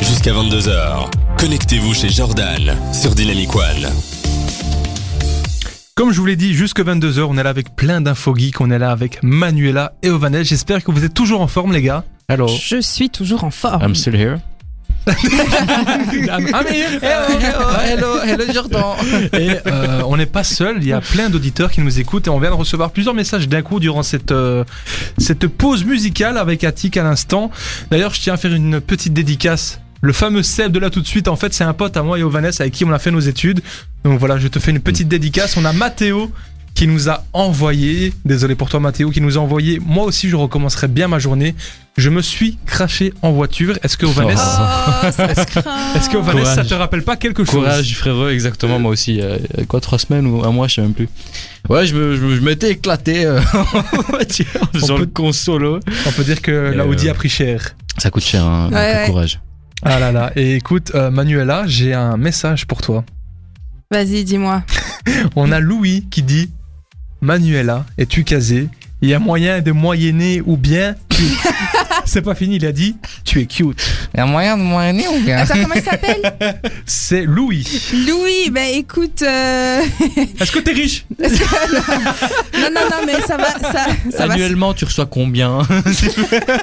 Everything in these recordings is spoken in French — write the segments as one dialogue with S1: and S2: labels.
S1: jusqu'à 22h. Connectez-vous chez Jordan sur Dynamic One.
S2: Comme je vous l'ai dit, jusque 22h, on est là avec plein d'infos geeks, on est là avec Manuela et Ovanel. J'espère que vous êtes toujours en forme, les gars.
S3: Hello,
S4: Je suis toujours en
S2: Ah,
S4: forme.
S3: I'm still here.
S4: Ah, hello, hello Jordan.
S2: Et euh, on n'est pas seul, il y a plein d'auditeurs qui nous écoutent et on vient de recevoir plusieurs messages d'un coup durant cette, euh, cette pause musicale avec Attic à l'instant. D'ailleurs, je tiens à faire une petite dédicace. Le fameux Seb de là tout de suite, en fait, c'est un pote à moi et au Vanessa avec qui on a fait nos études. Donc voilà, je te fais une petite dédicace. On a Mathéo qui nous a envoyé, désolé pour toi Mathéo, qui nous a envoyé, moi aussi je recommencerai bien ma journée. Je me suis craché en voiture. Est-ce que au Vanessa,
S4: Oh, ça se craint.
S2: est-ce que au Vanessa, ça
S3: Courage.
S2: te rappelle pas quelque chose
S3: Courage frérot, exactement, moi aussi. euh, quoi, trois semaines ou un mois, je sais même plus. Ouais, je, me- je me- je m'étais éclaté euh, en voiture, en faisant
S2: peut-
S3: le consolo.
S2: On peut dire que
S3: Et
S2: la Audi
S3: euh,
S2: a pris cher.
S3: Ça coûte cher, hein, donc,
S4: Ouais, ouais.
S3: courage.
S2: Ah là là, et écoute, euh, Manuela, j'ai un message pour toi.
S4: Vas-y, dis-moi.
S2: On a Louis qui dit Manuela, es-tu casée Il y a moyen de moyenner ou bien. tu- C'est pas fini, il a dit Tu es cute.
S3: Il y a moyen de moyenner ou bien
S4: Attends, comment il s'appelle
S2: C'est Louis.
S4: Louis. Bah écoute, euh,
S2: Est-ce que t'es riche
S4: non, non, non, mais ça va, ça, ça va.
S3: Annuellement, tu reçois combien hein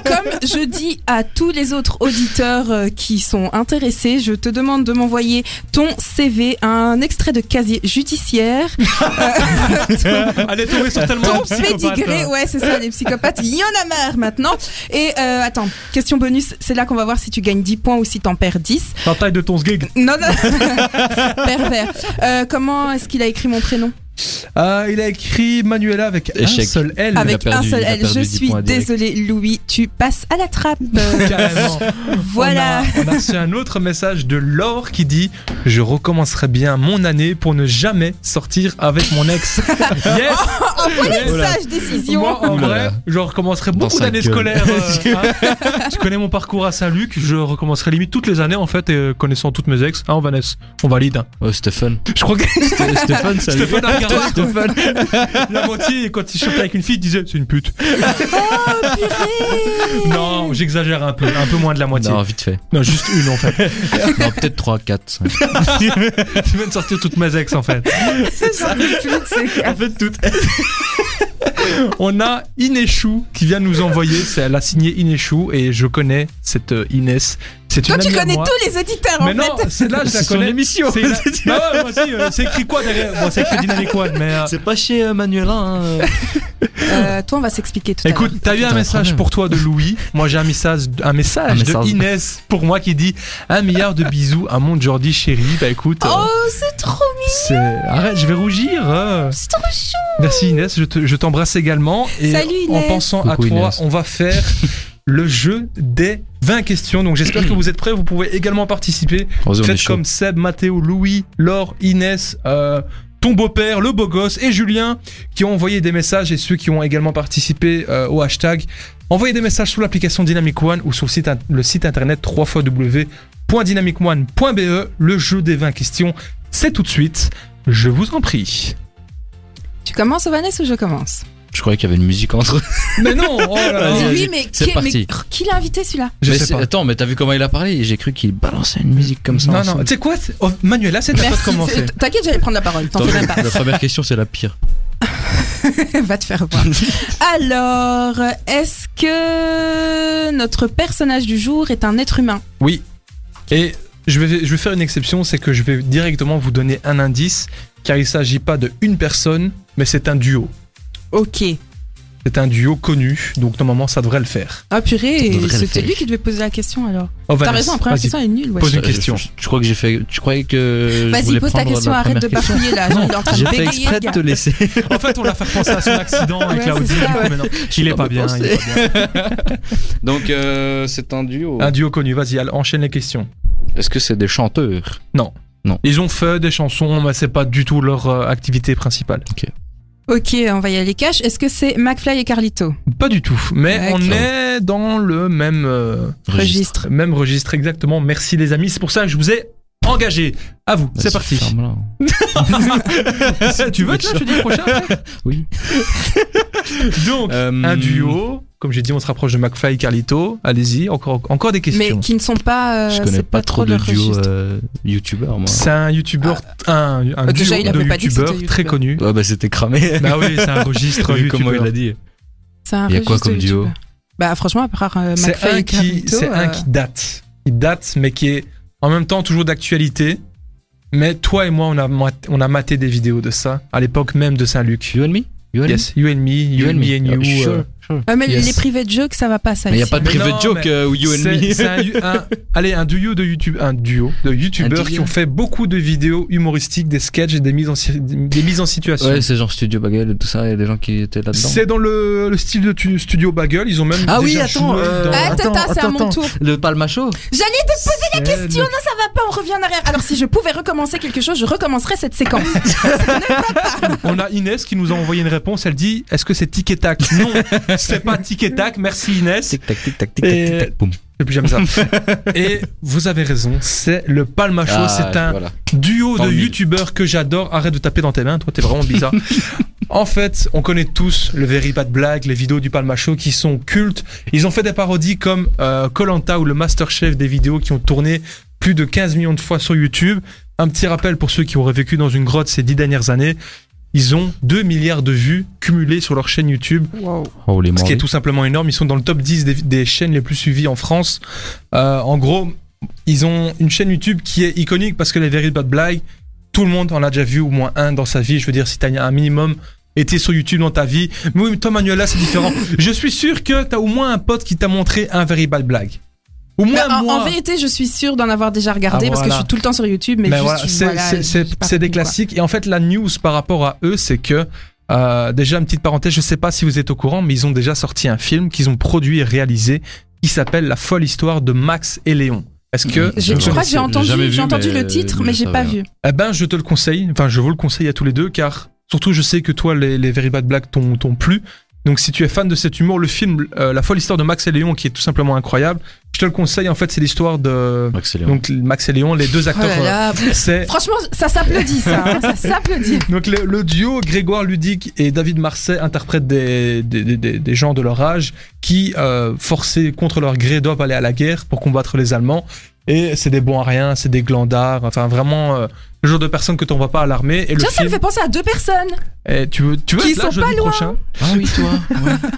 S4: Comme je dis à tous les autres auditeurs euh, qui sont intéressés, je te demande de m'envoyer ton CV, un extrait de casier judiciaire,
S2: Elle est tombée sur tellement
S4: ton
S2: de psychopathes,
S4: pédigré,
S2: hein.
S4: ouais, c'est ça, les psychopathes, il y en a marre maintenant. Et euh, attends, question bonus, c'est là qu'on va voir si tu gagnes 10 points ou si t'en perds 10.
S2: La taille de ton sgeg.
S4: Non, non. Pervers. Euh, comment est-ce qu'il a écrit mon prénom
S2: Ah, il a écrit Manuela avec un
S3: Échec.
S2: seul L.
S3: Ah, a
S4: Avec un
S3: perdu,
S4: seul
S3: il a
S4: L.
S3: perdu
S4: Je
S3: 10
S4: suis
S3: points direct. Oh
S4: désolée, Louis, tu passes à la trappe.
S2: Carrément.
S4: voilà.
S2: On a, on a reçu un autre message de Laure qui dit Je recommencerai bien mon année pour ne jamais sortir avec mon ex. yes
S4: Oh, Voilà une
S3: Oh
S2: Voilà.
S4: sage décision.
S2: Moi, en
S3: Ouh là
S2: vrai,
S3: là.
S2: je recommencerai
S3: Dans
S2: beaucoup
S3: sa
S2: d'années
S3: gueule.
S2: scolaires. euh, hein. Tu connais mon parcours à Saint-Luc, je recommencerai limite toutes les années en fait, et, euh, connaissant toutes mes ex. Hein, on, Vanessa, on valide. hein.
S3: Oh, Stéphane.
S2: Je crois que
S3: Stéphane, salut.
S2: Stéphane a regardé.
S3: Stéphane.
S2: la moitié, quand il chantait avec une fille, il disait C'est une pute.
S4: Oh,
S2: Non, j'exagère un peu, un peu moins de la moitié.
S3: Non,
S2: Non,
S3: vite fait.
S2: juste une en fait.
S3: Non, peut-être 3, 4.
S2: tu viens de sortir toutes mes ex en fait.
S4: J'en peux plus de ce gars.
S3: En fait, toutes.
S2: On a Inéchou qui vient de nous envoyer, c'est- elle a signé Inéchou et je connais cette euh, Inès. C'est une
S4: Toi, tu
S2: amie à
S4: connais
S2: moi.
S4: tous les auditeurs,
S2: Mais
S4: en
S2: non,
S4: fait.
S2: celle-là, je la
S3: C'est son
S2: connais.
S3: émission.
S2: C'est la- Bah ouais, moi aussi, euh, c'est écrit quoi derrière Bon, c'est écrit Dynamic One, mais. euh,
S3: C'est pas chez euh, Manuela. hein.
S4: Euh, toi, on va s'expliquer tout
S2: Écoute, t'as eu
S3: Putain,
S2: un
S3: un
S2: message
S3: problème.
S2: pour toi de Louis. Moi, j'ai un message, un message
S3: Un
S2: de
S3: message.
S2: Inès pour moi qui dit un milliard de bisous à mon Jordi chéri. Bah écoute,
S4: à
S2: euh,
S4: l'heure. Oh, c'est trop mignon.
S2: c'est- arrête, je vais rougir. euh.
S4: C'est trop chou.
S2: Merci Inès, je te- je t'embrasse également. Et
S4: Salut,
S2: en
S4: Inès.
S2: pensant à
S3: Coucou,
S2: toi,
S3: Inès.
S2: on va faire le jeu des 20 questions. Donc j'espère que vous êtes prêts. Vous pouvez également participer.
S3: Heureusement, on est
S2: Faites
S3: chaud.
S2: comme Seb, Mathéo, Louis, Laure, Inès, euh, ton beau-père, le beau gosse et Julien qui ont envoyé des messages et ceux qui ont également participé euh, au hashtag. Envoyez des messages sur l'application Dynamic One ou sur le site, in- le site internet www.dynamicone.be. E. Le jeu des 20 questions, c'est tout de suite. Je vous en prie.
S4: Tu commences, Vanessa, ou je commence
S3: Je croyais qu'il y avait une musique entre eux.
S2: Mais non, oh là là.
S3: Vas-y,
S4: Mais Oui,
S3: vas-y.
S4: mais
S3: C'est
S4: qui- mais
S3: parti.
S4: qui l'a invité, celui-là
S2: je
S3: Mais
S2: sais
S3: c'est-
S2: pas.
S3: Attends, mais t'as vu comment il a parlé J'ai cru qu'il balançait une musique comme ça.
S2: Non, non,
S3: ensemble.
S2: tu sais quoi c'est- oh, Manuela, c'est à toi de
S4: Merci.
S2: commencer.
S4: C'est- T'inquiète, j'allais prendre la parole. T'en
S3: Attends,
S4: fais même pas.
S3: La première question, c'est la pire.
S4: Va te faire voir. Alors, est-ce que notre personnage du jour est un être humain
S2: Oui. Et je vais, je vais faire une exception, c'est que je vais directement vous donner un indice, car il s'agit pas de une personne, mais c'est un duo.
S4: Ok.
S2: C'est un duo connu, donc normalement ça devrait le faire.
S4: Ah purée,
S3: Tu devrais le
S4: c'était
S3: faire.
S4: lui qui devait poser la question alors.
S2: Oh,
S4: T'as
S2: Vanessa,
S4: raison, la première
S2: vas-y.
S4: question elle est nulle. Ouais.
S2: Pose une
S3: Je-
S2: question.
S3: Je, je crois que j'ai fait. Tu croyais que. je
S4: Vas-y,
S3: voulais
S4: pose ta
S3: prendre
S4: question,
S3: la
S4: arrête de
S3: première question.
S4: bafouiller là. il est en train
S3: J'ai
S4: de
S3: fait
S4: bégayer.
S3: exprès
S4: le
S3: de
S4: gars.
S3: te laisser.
S2: En fait, on l'a fait penser à son accident avec
S4: Ouais,
S2: la Audi.
S4: c'est
S2: du
S4: ça.
S2: coup, maintenant. Il est pas bien. il est pas bien.
S3: Donc, euh, c'est un duo.
S2: Un duo connu, vas-y, al- enchaîne les questions.
S3: Est-ce que c'est des chanteurs
S2: Ils ont fait des chansons, mais c'est pas du tout leur euh, activité principale.
S4: Ok, on va y aller cash. Est-ce que c'est McFly et Carlito
S2: Pas du tout, mais
S4: Ok.
S2: on est dans le même. euh,
S4: Registre.
S2: Même registre exactement. Merci les amis. C'est pour ça que je vous ai engagé. À vous. Bah, C'est
S3: Vas-y,
S2: parti.
S3: ferme-la.
S2: tu veux être là jeudi prochain après
S3: Oui.
S2: hmm. Donc Euh, un duo Comme j'ai dit, on se rapproche de McFly et Carlito. Allez-y, encore, encore des questions.
S4: mais qui ne sont pas. euh,
S3: Je
S4: c'est
S3: connais pas, trop de
S4: leur
S3: duo
S4: registre.
S3: euh, youtubeur, moi.
S2: C'est un youtubeur, un, un
S4: Euh,
S2: duo
S4: déjà, il
S2: de
S4: avait pas dit que
S2: youtubeurs
S4: c'était
S2: très
S4: youtubeur.
S2: connu.
S3: Ouais, bah c'était cramé.
S2: Bah oui, c'est un registre
S3: Vu comment il
S2: youtubeur.
S3: a dit.
S4: C'est un
S3: Il y a quoi
S4: registre
S3: comme duo
S4: youtubeur. Bah franchement, à part euh,
S2: C'est
S4: McFly
S2: un
S4: et
S2: qui,
S4: Carlito,
S2: c'est un
S4: euh,
S2: qui date, qui date, mais qui est en même temps toujours d'actualité. Mais toi et moi, on a mat- on a maté des vidéos de ça à l'époque même de Saint-Luc.
S3: You and me You and
S2: Yes, you and me,
S3: me
S2: you, and me and you.
S3: Ah, sure,
S2: euh,
S3: sure.
S4: Ah, mais
S3: Yes.
S4: les privés de jokes, ça va pas ça.
S3: Mais il n'y a
S4: ici.
S3: pas de
S2: Mais
S3: private
S2: non,
S3: joke
S2: mais
S3: euh, ou You and
S2: c'est-
S3: me.
S2: c'est un, un- allez, un duo de YouTube, un duo de youtubeurs qui
S3: duo.
S2: ont fait beaucoup de vidéos humoristiques, des sketchs et des mises en, si- des mises en situation.
S3: Ouais, c'est genre Studio Bagel et tout ça, il y a des gens qui étaient là-dedans.
S2: c'est dans le, le style de tu- Studio Bagel, ils ont même
S3: Ah oui,
S2: déjà
S3: attends,
S2: joué
S3: euh,
S2: dans-
S4: Ah, tata,
S3: Attends,
S4: c'est à
S3: attends,
S4: mon
S3: attends.
S4: tour.
S3: Le Palma Show
S4: J'allais te poser la
S2: C'est
S4: question, non, ça va pas, on revient en arrière. Alors, si je pouvais recommencer quelque chose, je recommencerais cette séquence.
S2: On a Inès qui nous a envoyé une réponse. Elle dit Est-ce que c'est tic et tac Non, c'est pas tic et tac. Merci Inès.
S3: Tic tac tic tac tic tac tic tac boum.
S2: Et puis j'aime ça. Et vous avez raison, c'est le Palma Show. c'est un
S3: Ah, voilà.
S2: duo
S3: Tant
S2: de
S3: mieux.
S2: youtubeurs que j'adore. Arrête de taper dans tes mains, toi t'es vraiment bizarre. en fait, on connaît tous le Very Bad Blague, les vidéos du Palma Show qui sont cultes. Ils ont fait des parodies comme euh, Colanta ou le Masterchef, des vidéos qui ont tourné plus de 15 millions de fois sur YouTube. Un petit rappel pour ceux qui auraient vécu dans une grotte ces dix dernières années. Ils ont 2 milliards de vues cumulées sur leur chaîne YouTube
S3: Oh les
S2: ce qui est
S3: morts.
S2: tout simplement énorme. Ils sont dans le top 10 des, des chaînes les plus suivies en France. Euh, en gros, ils ont une chaîne YouTube qui est iconique parce que les Very Bad Blagues, tout le monde en a déjà vu au moins un dans sa vie. Je veux dire, si t'as un minimum été sur YouTube dans ta vie. Mais oui, mais toi, Manuela, c'est différent. Je suis sûr que t'as au moins un pote qui t'a montré un Very Bad Blague. Au moins
S4: en,
S2: moi.
S4: en vérité, je suis sûre d'en avoir déjà regardé
S2: Ah,
S4: parce que
S2: voilà.
S4: je suis tout le temps sur YouTube, mais,
S2: Mais
S4: juste,
S2: voilà, c'est
S4: voilà,
S2: c'est- c'est-
S4: j'ai pas
S2: c'est des
S4: retenu, quoi.
S2: classiques. Et en fait, la news par rapport à eux, c'est que euh, déjà une petite parenthèse. Je sais pas si vous êtes au courant, mais ils ont déjà sorti un film qu'ils ont produit et réalisé qui s'appelle La folle histoire de Max et Léon. Est-ce que
S4: Je, je
S3: Je
S4: crois
S3: connais-
S4: que j'ai
S3: j'ai
S4: entendu,
S3: jamais vu,
S4: j'ai entendu
S3: mais- euh,
S4: le titre, mais
S3: mais
S4: j'ai
S3: ça
S4: pas
S3: va.
S4: vu.
S2: Eh ben, je te le conseille. Enfin, je vous le conseille à tous les deux, car surtout, je sais que toi, les, les Very Bad Black t'ont t'ont plu. Donc, si tu es fan de cet humour, le film euh, La folle histoire de Max et Léon, qui est tout simplement incroyable, je te le conseille. En fait, c'est l'histoire de
S3: Excellent.
S2: donc Max et Léon, les deux
S4: Oh
S2: acteurs.
S4: là là,
S2: euh, c'est
S4: franchement, ça s'applaudit, ça. hein, ça s'applaudit.
S2: Donc le, le duo Grégoire Ludic et David Marseille interprètent des, des, des- des, des gens de leur âge qui, euh, forcés contre leur gré, doivent aller à la guerre pour combattre les Allemands. Et c'est des bons à rien, c'est des glandards, enfin vraiment euh, le genre de personnes que t'en vois pas à l'armée. Et le
S4: Tiens, ça me
S2: film,
S4: fait penser à deux personnes.
S2: eh, tu veux, tu veux
S4: Qui
S2: être là
S4: sont
S2: jeudi
S4: pas loin.
S2: prochain
S3: Ah oui toi.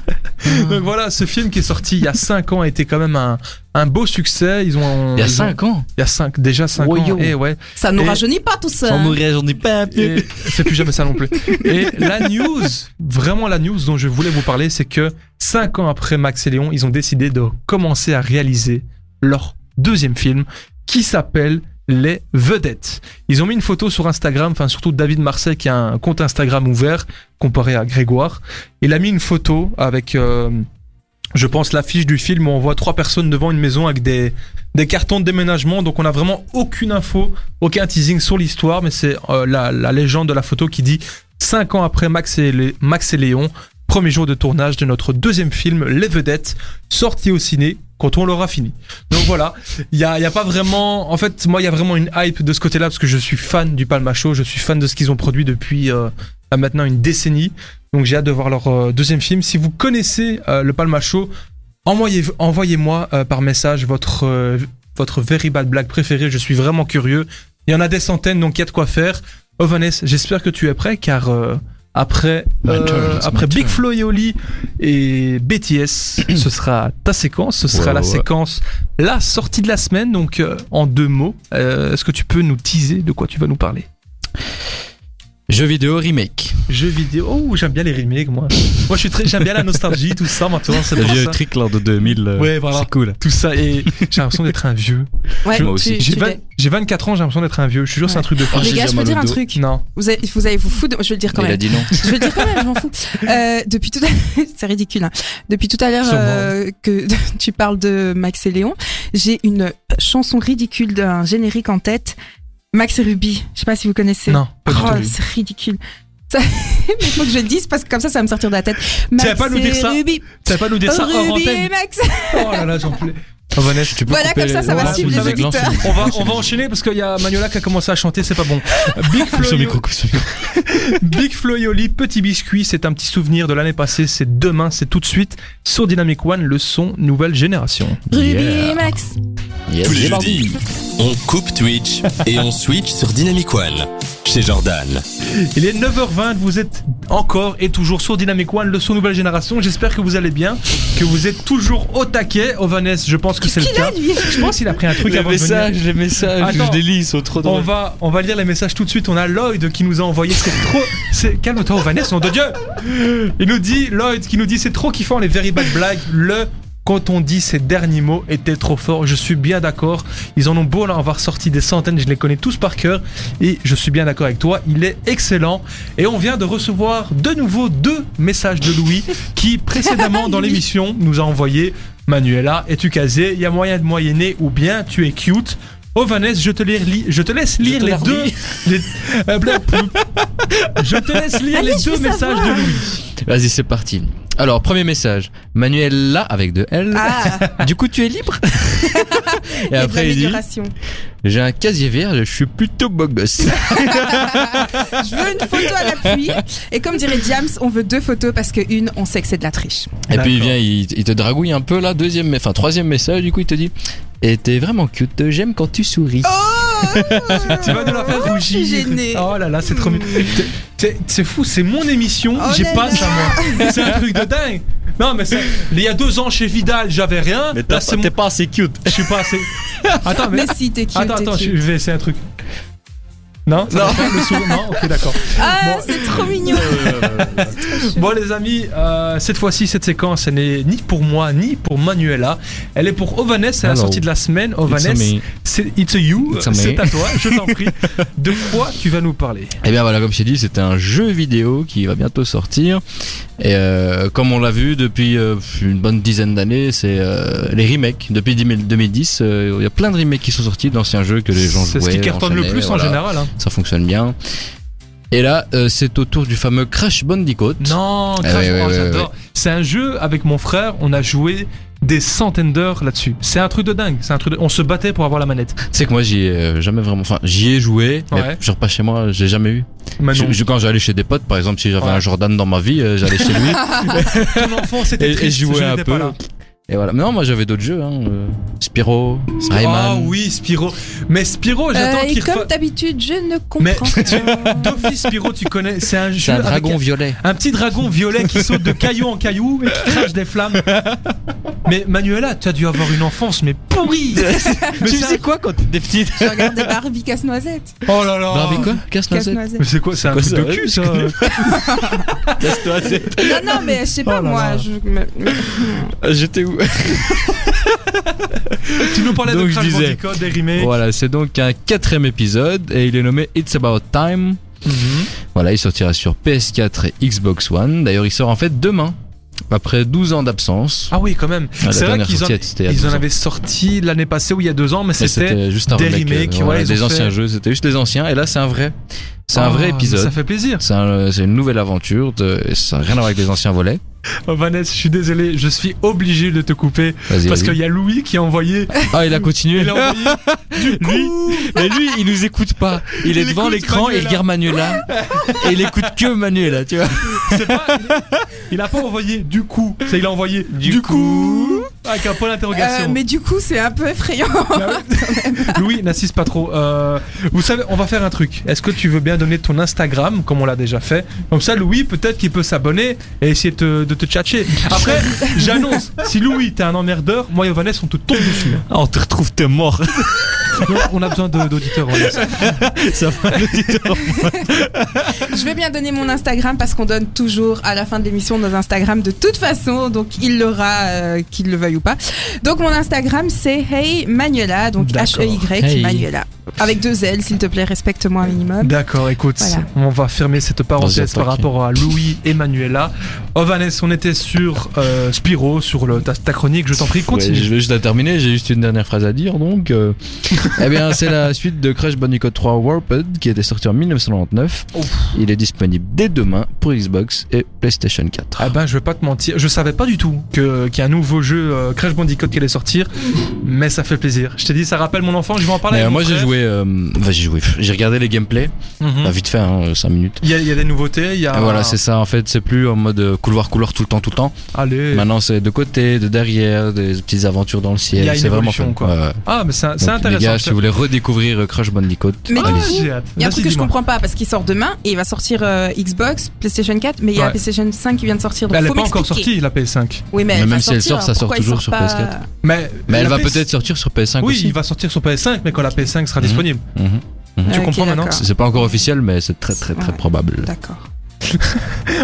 S2: Donc voilà, ce film qui est sorti il y a 5 ans a été quand même un, un beau succès. Ils ont
S3: Il y a
S2: ils ont-
S3: 5 ans.
S2: il y a 5 déjà 5
S3: Oh,
S2: ans.
S3: yo.
S2: Et ouais,
S4: Ça nous
S2: Et-
S4: rajeunit pas tout ça.
S3: Sans
S4: hein.
S3: mourir j'en ai pas.
S2: Et c'est plus jamais ça non plus. Et la news, vraiment la news dont je voulais vous parler, c'est que cinq ans après Max et Léon, ils ont décidé de commencer à réaliser leur deuxième film qui s'appelle Les Vedettes. Ils ont mis une photo sur Instagram, enfin surtout David Marseille qui a un compte Instagram ouvert comparé à Grégoire. Il a mis une photo avec, euh, je pense, l'affiche du film où on voit trois personnes devant une maison avec des, des cartons de déménagement. Donc on n'a vraiment aucune info, aucun teasing sur l'histoire, mais c'est euh, la, la légende de la photo qui dit 5 ans après Max et, Lé- Max et Léon, premier jour de tournage de notre deuxième film, Les Vedettes, sorti au ciné quand on l'aura fini. Donc voilà, il n'y a, il y a pas vraiment... En fait, moi, il y a vraiment une hype de ce côté-là, parce que je suis fan du Palma Show, je suis fan de ce qu'ils ont produit depuis euh, maintenant une décennie. Donc j'ai hâte de voir leur euh, deuxième film. Si vous connaissez euh, le Palma Show, envoyez- envoyez-moi euh, par message votre, euh, votre very bad blague préférée. Je suis vraiment curieux. Il y en a des centaines, donc il y a de quoi faire. Ovanes, j'espère que tu es prêt, car euh, après,
S3: My
S2: euh,
S3: turn, it's my
S2: après Big
S3: turn.
S2: Flo et Oli et BTS, ce sera ta séquence, ce sera
S3: Ouais,
S2: la
S3: ouais.
S2: séquence la sortie de la semaine. Donc euh, en deux mots, euh, est-ce que tu peux nous teaser de quoi tu vas nous parler
S3: Jeux vidéo remake.
S2: Jeux vidéo. Oh, j'aime bien les remakes, moi. moi, je suis très, j'aime bien la nostalgie, tout ça. Maintenant, c'est
S3: Le
S2: pour
S3: vieux
S2: ça.
S3: trick lors de 2000. euh,
S2: Ouais, voilà.
S3: C'est cool.
S2: Tout ça et j'ai l'impression d'être un vieux.
S4: Ouais,
S3: Moi
S4: tu-
S3: aussi.
S4: tu
S2: J'ai vingt-
S4: l'es.
S2: j'ai 24 ans, j'ai l'impression d'être un vieux. Je suis sûr, c'est un truc de fou.
S3: Ah,
S4: Les
S3: j'ai
S4: gars,
S3: déjà
S4: je peux
S3: mal au
S4: dire un
S3: dos.
S4: truc.
S2: Non.
S4: Vous allez vous, allez vous foutre. de- Je vais le dire quand
S3: Il
S4: même.
S3: a dit non.
S4: Je vais le dire quand même, je m'en fous. Euh, depuis tout à c'est ridicule. hein. Depuis tout à l'heure
S2: Sûrement.
S4: euh, que tu parles de Max et Léon, j'ai une chanson ridicule d'un générique en tête. Max et Ruby. Je sais pas si vous connaissez.
S2: Non.
S4: Oh,
S2: pas du tout.
S4: c'est ridicule. Ça- Il faut que je le dise parce que comme ça, ça va me sortir de la tête. Max
S2: vas pas nous
S4: et
S2: dire ça
S4: Ruby.
S2: Tu vas pas nous dire ça hors
S4: Ruby et
S2: antenne
S4: Max.
S2: Oh là là, j'en plais. Vanessa,
S3: Tu peux
S4: Voilà,
S3: couper
S4: comme ça,
S3: les-
S4: ça va
S3: voilà,
S2: suivre
S3: vous
S2: les
S3: savez,
S4: auditeurs.
S3: l'ensemble.
S2: on va, on va enchaîner parce qu'il y a Manuela qui a commencé à chanter, c'est pas bon. Big
S3: Coupe ce
S2: Flo,
S3: micro, coupe ce micro.
S2: Big Flo et Oli, petit biscuit, c'est un petit souvenir de l'année passée, c'est demain, c'est tout de suite sur Dynamic One, le son nouvelle génération.
S4: Ruby
S3: Yeah.
S4: Max.
S2: Ah,
S3: Yes,
S1: Tous les
S3: j'ai
S1: jeudis, on coupe Twitch et on switch sur Dynamic One chez Jordan.
S2: Il est 9h20, vous êtes encore et toujours sur Dynamic One, le son nouvelle génération. J'espère que vous allez bien, que vous êtes toujours au taquet. Oh Vanessa, je pense que c'est le
S4: Qu'il a,
S2: cas.
S4: lui
S2: Je pense qu'il a pris un truc
S3: Les
S2: avant de venir.
S3: messages, les messages,
S2: Attends.
S3: je délie, ils sont trop
S2: On
S3: drôles.
S2: va, on va lire les messages tout de suite. On a Lloyd qui nous a envoyé. C'est trop. c'est- Calme-toi, Vanessa, nom de Dieu. Il nous dit, Lloyd qui nous dit, c'est trop kiffant les very bad blagues. Le. Quand on dit ces derniers mots étaient trop forts, je suis bien d'accord. Ils en ont beau en avoir sorti des centaines, je les connais tous par cœur. Et je suis bien d'accord avec toi, il est excellent. Et on vient de recevoir de nouveau deux messages de Louis qui précédemment dans l'émission nous a envoyé Manuela, es-tu casé Il y a moyen de moyenner ou bien tu es cute Oh Vanessa, je te, les relis- je te laisse lire
S3: te
S2: les
S3: la
S2: deux.
S3: relis.
S2: les- Euh, bla- pou- je te laisse lire
S4: Allez,
S2: les
S4: je
S2: deux
S4: veux
S2: messages
S4: savoir.
S2: de Louis.
S3: Vas-y, c'est parti. Alors, premier message. Manuela avec deux L.
S4: Ah,
S3: Du coup, tu es libre Et
S4: il y a de
S3: après, il dit
S4: l'amélioration.
S3: J'ai un casier vert, je suis plutôt beau gosse.
S4: Je veux une photo à l'appui. Et comme dirait James, on veut deux photos parce que une, on sait que c'est de la triche.
S3: Et puis il
S2: D'accord.
S3: vient, il, il te dragouille un peu là, deuxième, mais- enfin troisième message, du coup il te dit Et t'es vraiment cute, j'aime quand tu souris.
S2: Oh Tu vas nous la faire
S4: Oh, je suis
S2: rougir.
S4: gênée. Hmm.
S2: Oh là là, c'est trop mignon. T'es- t'es- C'est fou, c'est mon émission,
S4: Oh
S2: j'ai
S4: là
S2: pas
S4: là.
S2: ça moi. C'est un truc de dingue. Non mais c'est- il y a deux ans chez Vidal, j'avais rien. Là, Ah, c'est mon-
S3: pas assez cute.
S2: je suis pas assez. Attends mais,
S4: Mais si, t'es cute.
S2: attends
S4: t'es
S2: attends, je
S4: cute.
S2: vais essayer un truc. Non, ça va pas, le sourire- non, ok d'accord.
S4: Ah,
S2: Bon.
S4: c'est trop mignon.
S2: Bon les amis, euh, cette fois-ci cette séquence elle n'est ni pour moi ni pour Manuela, elle est pour Ovanes, c'est la
S3: Hello.
S2: sortie de la semaine. Ovanes, c'est It's a You,
S3: It's a me.
S2: c'est à toi, je t'en prie. De quoi tu vas nous parler
S3: Et Eh bien voilà, comme je t'ai dit, c'était un jeu vidéo qui va bientôt sortir. Et euh, comme on l'a vu depuis euh, une bonne dizaine d'années, c'est euh, les remakes. Depuis 2000 2010, euh, il y a plein de remakes qui sont sortis d'anciens jeux que les gens
S2: C'est
S3: jouaient.
S2: ce qui cartonne le
S3: enchaînaient,
S2: plus en
S3: voilà.
S2: général. hein.
S3: Ça fonctionne bien. Et là, euh, c'est au tour du fameux Crash Bandicoot.
S2: Non,
S3: Ah
S2: Crash
S3: ouais,
S2: Bandicoot,
S3: ouais, ouais,
S2: j'adore. C'est un jeu avec mon frère, on a joué des centaines d'heures là-dessus. C'est un truc de dingue, c'est un truc de- on se battait pour avoir la manette.
S3: C'est que moi j'y ai euh, jamais vraiment, enfin j'y ai joué, mais
S2: Ouais.
S3: genre pas chez moi, j'ai jamais eu.
S2: Mais non,
S3: Je- je- quand j'allais chez des potes, par exemple, si j'avais
S2: Ouais.
S3: un Jordan dans ma vie, euh, j'allais chez lui
S2: ton enfant
S3: et,
S2: c'était
S3: et
S2: triste,
S3: je jouais
S2: je
S3: un
S2: n'étais
S3: peu.
S2: pas là.
S3: Et voilà. Mais non, moi j'avais d'autres jeux, hein. euh, Spyro,
S2: Ah
S3: Rayman.
S2: oui, Spiro. Mais Spiro,
S4: Euh,
S2: j'attends
S4: et
S2: qu'il
S4: comme
S2: refasse
S4: d'habitude, je ne
S2: Mais-
S4: comprends pas.
S2: D'office Spiro, tu connais, c'est un
S3: C'est
S2: jeu
S3: un
S2: avec
S3: dragon violet.
S2: un petit dragon violet qui saute de caillou en caillou et qui crache des flammes. Mais Manuela, tu as dû avoir une enfance mais pourrie. Mais c'est un-
S3: quoi quand t'étais petite
S4: Je regardais Barbie casse-noisette.
S2: Oh là là.
S3: Barbie quoi Casse-noisette.
S2: Mais
S4: Casse-noisette.
S2: c'est quoi C'est un
S3: quoi
S2: truc
S3: ça
S2: de cul ça
S3: Casse-noisette.
S4: Non, non, mais je sais pas,
S2: Oh là
S4: moi.
S2: là.
S4: Je... mais- mais-
S2: Ah,
S3: J'étais où
S2: Tu nous parlais
S3: Donc,
S2: de
S3: je
S2: Crash
S3: disais.
S2: Bandicoot, des remakes.
S3: Voilà, c'est donc un quatrième épisode et il est nommé It's About Time.
S2: Mhm.
S3: Voilà, il sortira sur PS4 et Xbox One. D'ailleurs, il sort en fait demain, après 12 ans d'absence.
S2: Ah oui, quand même.
S3: Ah, la
S2: c'est vrai
S3: dernière
S2: qu'ils en,
S3: sortie, c'était il y a
S2: ils en
S3: 12 ans.
S2: avaient sorti l'année passée ou il y a deux ans, mais
S3: Mais
S2: c'était.
S3: juste un
S2: des
S3: remake, euh,
S2: remakes,
S3: voilà,
S2: ouais, ils
S3: des
S2: ont
S3: anciens
S2: fait-
S3: jeux, c'était juste des anciens, et là c'est un vrai, c'est
S2: Ah,
S3: un vrai
S2: mais Ça
S3: épisode,
S2: fait plaisir.
S3: c'est un- c'est une nouvelle aventure, de- et ça n'a rien à voir avec les anciens volets.
S2: Oh, Vanessa, je suis désolé, je suis obligé de te couper
S3: Vas-y,
S2: parce qu'il
S3: vas-y.
S2: y a Louis qui a envoyé.
S3: ah il a continué.
S2: Il a envoyé.
S3: du mais lui il nous écoute pas, il est
S2: Il
S3: devant
S2: écoute
S3: l'écran et il
S2: Manuela.
S3: regarde Manuela et il écoute que Manuela, tu vois.
S2: c'est pas- il a pas envoyé du coup. C'est il a envoyé du, coup. Avec un point d'interrogation.
S4: Euh, mais du coup, c'est un peu effrayant.
S2: Louis, n'assiste pas trop. Euh, vous savez, on va faire un truc. Est-ce que tu veux bien donner ton Instagram, comme on l'a déjà fait Comme ça, Louis, peut-être qu'il peut s'abonner et essayer te- de te tchatcher. Après, j'annonce, si Louis, t'es un emmerdeur, moi et Vanessa, on te tombe dessus.
S3: Ah, on te retrouve t'es mort,
S2: Donc, on a besoin de- d'auditeurs. Vanessa.
S3: ça va l'auditeur.
S4: Je vais bien donner mon Instagram parce qu'on donne toujours à la fin de l'émission nos Instagram de toute façon, donc il l'aura, euh, qu'il le veuille ou pas. Donc mon Instagram c'est Hey Manuela, donc
S2: D'accord.
S4: H-E-Y
S3: Hey.
S4: Manuela. Avec deux L, s'il te plaît, respecte-moi un minimum.
S2: D'accord, écoute,
S4: Voilà.
S2: on va fermer cette parenthèse
S3: Vas-y,
S2: par
S3: attaque.
S2: rapport à Louis et Manuela. Oh Vanessa, on était sur euh, Spiro, sur le, ta, ta chronique, je t'en prie,
S3: Ouais, je
S2: continue.
S3: vais juste la terminer, j'ai juste une dernière phrase à dire donc. euh, eh bien, c'est la suite de Crash Bandicoot 3 Warped qui était sorti en 1999. Il est disponible dès demain pour Xbox et PlayStation 4.
S2: Ah ben je vais pas te mentir, je savais pas du tout que qu'il y a un nouveau jeu euh, Crash Bandicoot qui allait sortir, mais ça fait plaisir. Je t'ai dit ça rappelle mon enfant, je vais en parler.
S3: Mais,
S2: avec
S3: euh,
S2: mon
S3: moi j'ai
S2: frère.
S3: joué, euh, enfin, j'ai joué, pff, j'ai regardé les gameplays,
S2: Mhm.
S3: Bah, vite fait, hein, 5 minutes.
S2: Il y, a, il y a des nouveautés, il y a.
S3: Et voilà, c'est ça en fait, c'est plus en mode euh, couloir couloir tout le temps tout le temps.
S2: Allez.
S3: Maintenant c'est de côté, de derrière, des petites aventures dans le
S2: Il y a
S3: ciel,
S2: une
S3: c'est vraiment
S2: évolution,
S3: fun.
S2: quoi.
S3: Ouais, ouais.
S2: Ah mais c'est c'est
S3: Donc, Les
S2: intéressant.
S3: gars, si vous voulez redécouvrir euh, Crash Bandicoot,
S4: Mais
S2: Ah,
S4: du
S3: allez-y.
S4: coup,
S2: j'ai hâte.
S4: Il y a un
S2: Vas-y,
S4: truc que je
S2: dis-moi.
S4: comprends pas parce qu'il sort demain et il va sortir euh, Xbox, PlayStation 4, mais il y a
S2: Ouais. Bah,
S4: la PlayStation 5 qui vient de sortir. Donc
S2: Elle
S4: faut
S2: est pas encore sortie
S4: m'expliquer.
S2: la PS5.
S4: Oui, mais,
S3: Mais
S4: elle
S3: même
S4: va
S3: si elle
S4: sortir,
S3: sort, ça sort
S4: pourquoi il
S3: toujours sur
S4: pas- Euh,
S3: PS4.
S2: Mais,
S3: Mais elle
S2: la
S3: va
S2: PS5
S3: peut-être sortir sur PS5
S2: Oui,
S3: aussi.
S2: il va sortir sur PS5, mais quand la PS5 sera
S3: Mhm.
S2: disponible.
S4: Ah,
S2: Tu
S4: ok,
S2: comprends maintenant
S4: d'accord.
S3: C'est pas encore officiel, mais c'est très très très
S4: Ouais.
S3: probable.
S4: D'accord.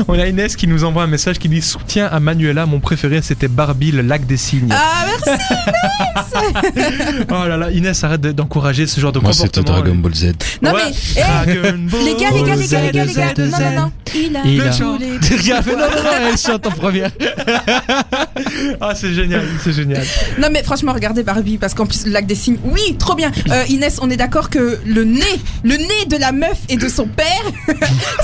S2: On a Inès qui nous envoie un message qui dit soutien à Manuela, mon préféré c'était Barbie, le lac des cygnes.
S4: Ah, merci Ah.
S2: Oh là là, Inès arrête de- d'encourager ce genre de
S3: Moi, c'était
S2: comportement.
S3: Dragon Ball Z.
S4: Non,
S2: Ouais.
S4: mais. eh,
S2: Dragon Ball
S4: les gars, les gars, les gars, les gars, les gars,
S2: Z, Z,
S4: non, non, non. Il a
S3: Il a-
S4: tous les-
S2: Regarde, mais non, non, non.
S3: elle chante en première.
S2: Ah, c'est génial, c'est génial.
S4: Non, mais franchement, regardez Barbie parce qu'en plus, le lac des signes. Oui, trop bien. Euh, Inès, on est d'accord que le nez, le nez de la meuf et de son père,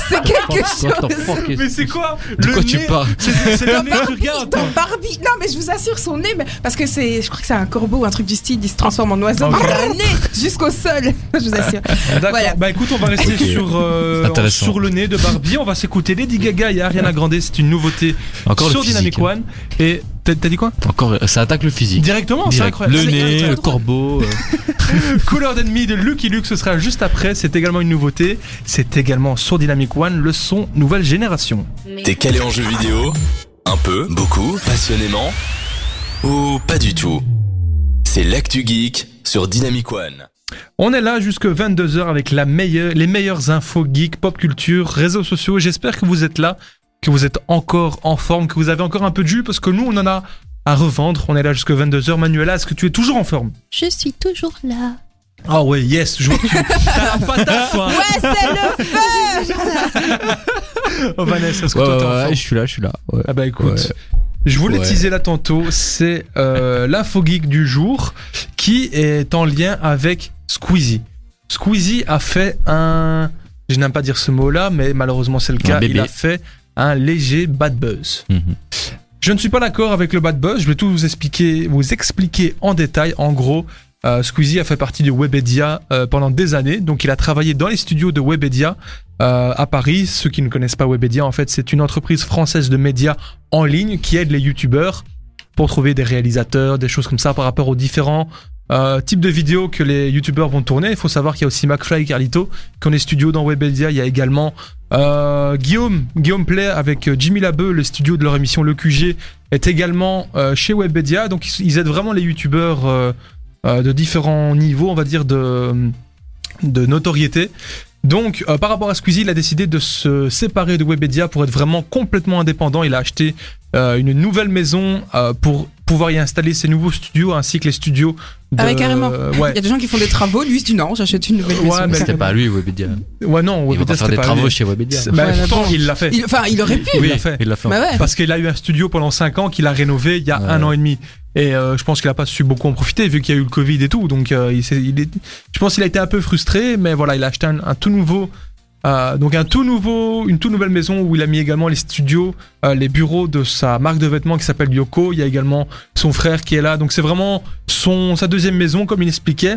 S4: c'est quelque chose.
S2: Mais c'est quoi
S3: De
S2: le
S3: quoi
S2: nez
S3: tu parles
S2: C'est c'est le nez que tu regardes.
S4: Dans Barbie, non mais je vous assure son nez, mais- parce que c'est, je crois que c'est un corbeau ou un truc du style, il se transforme en oiseau,
S2: Ah, Ok.
S4: mais il a un nez jusqu'au sol, je vous assure.
S2: D'accord.
S4: Voilà.
S2: Bah écoute, on va rester
S3: Ok.
S2: sur, euh,
S3: Intéressant.
S2: sur le nez de Barbie. On va s'écouter Lady Gaga et Ariana Grande. C'est une nouveauté
S3: Encore
S2: sur
S3: le physique,
S2: Dynamic
S3: hein.
S2: One. Et t'as t'as dit quoi
S3: Encore, ça attaque le physique.
S2: Directement, c'est
S3: Direct.
S2: incroyable.
S3: Le
S4: Ah, Mais il y a
S3: nez,
S4: trop
S3: le
S4: de-
S3: corbeau. euh.
S2: Couleur d'ennemi de Lucky Luke, ce sera juste après. C'est également une nouveauté. C'est également sur Dynamic One, le son nouvelle génération.
S1: T'es calé en jeux vidéo Un peu, beaucoup, passionnément Ou pas du tout C'est l'actu geek sur Dynamic One.
S2: On est là jusque 22h avec la meilleure, les meilleures infos geek, pop culture, réseaux sociaux. J'espère que vous êtes là, que vous êtes encore en forme, que vous avez encore un peu de jus parce que nous, on en a à revendre. On est là jusque 22h. Manuela, est-ce que tu es toujours en forme
S5: Je suis toujours là.
S2: Ah ouais, yes, je vois que tu t'as la patate, toi. hein.
S4: Ouais, c'est le
S2: Oh, Vanessa, est-ce que
S3: Ouais,
S2: toi,
S3: ouais,
S2: t'es en forme
S3: ouais, je suis là, je suis là. ouais.
S2: Ah bah écoute,
S3: Ouais.
S2: je vous l'ai
S3: Ouais.
S2: teasé là tantôt, c'est euh, l'info geek du jour qui est en lien avec Squeezie. Squeezie a fait un, je n'aime pas dire ce mot-là, mais malheureusement c'est le cas,
S3: bébé.
S2: il a fait un léger bad buzz.
S3: Mhm.
S2: Je ne suis pas d'accord avec le bad buzz, je vais tout vous expliquer, vous expliquer en détail. En gros, euh, Squeezie a fait partie de Webedia euh, pendant des années, donc il a travaillé dans les studios de Webedia euh, à Paris. Ceux qui ne connaissent pas Webedia, en fait, c'est une entreprise française de médias en ligne qui aide les youtubeurs pour trouver des réalisateurs, des choses comme ça par rapport aux différents euh, types de vidéos que les youtubeurs vont tourner. Il faut savoir qu'il y a aussi McFly et Carlito qui ont les studios dans Webedia. Il y a également euh, Guillaume, Guillaume Play avec euh, Jimmy Labeu, le studio de leur émission Le QG est également euh, chez Webedia. Donc ils, ils aident vraiment les youtubeurs euh, euh, de différents niveaux, on va dire, de, de notoriété. Donc, euh, par rapport à Squeezie, il a décidé de se séparer de Webedia pour être vraiment complètement indépendant. Il a acheté euh, une nouvelle maison euh, pour pouvoir y installer ses nouveaux studios ainsi que les studios de...
S4: Ah ouais, carrément.
S2: Euh, ouais.
S4: Il y a des gens qui font des travaux, lui il se dit non, j'achète une nouvelle
S2: Ouais,
S4: maison.
S2: mais-
S3: C'était pas à lui, Webedia.
S2: Ouais, non,
S3: Il va
S2: Webedia,
S3: pas faire
S2: c'était
S3: des
S2: pas
S3: travaux
S2: lui.
S3: chez Webedia.
S2: C'est- bah,
S4: Ouais,
S2: pourtant,
S4: bon.
S2: il l'a fait.
S4: Il- Enfin, il aurait pu.
S2: il
S3: Oui,
S2: l'a fait.
S3: il l'a fait.
S4: Bah ouais.
S2: Parce qu'il a eu un studio pendant 5 ans qu'il a rénové il y a
S3: Ouais.
S2: un an et demi. Et euh, je pense qu'il a pas su beaucoup en profiter vu qu'il y a eu le Covid et tout. Donc euh, il s'est- il est- je pense qu'il a été un peu frustré, mais voilà, il a acheté un, un tout nouveau, euh, donc un tout nouveau, une toute nouvelle maison où il a mis également les studios, euh, les bureaux de sa marque de vêtements qui s'appelle Yoko. Il y a également son frère qui est là. Donc c'est vraiment son sa deuxième maison comme il expliquait.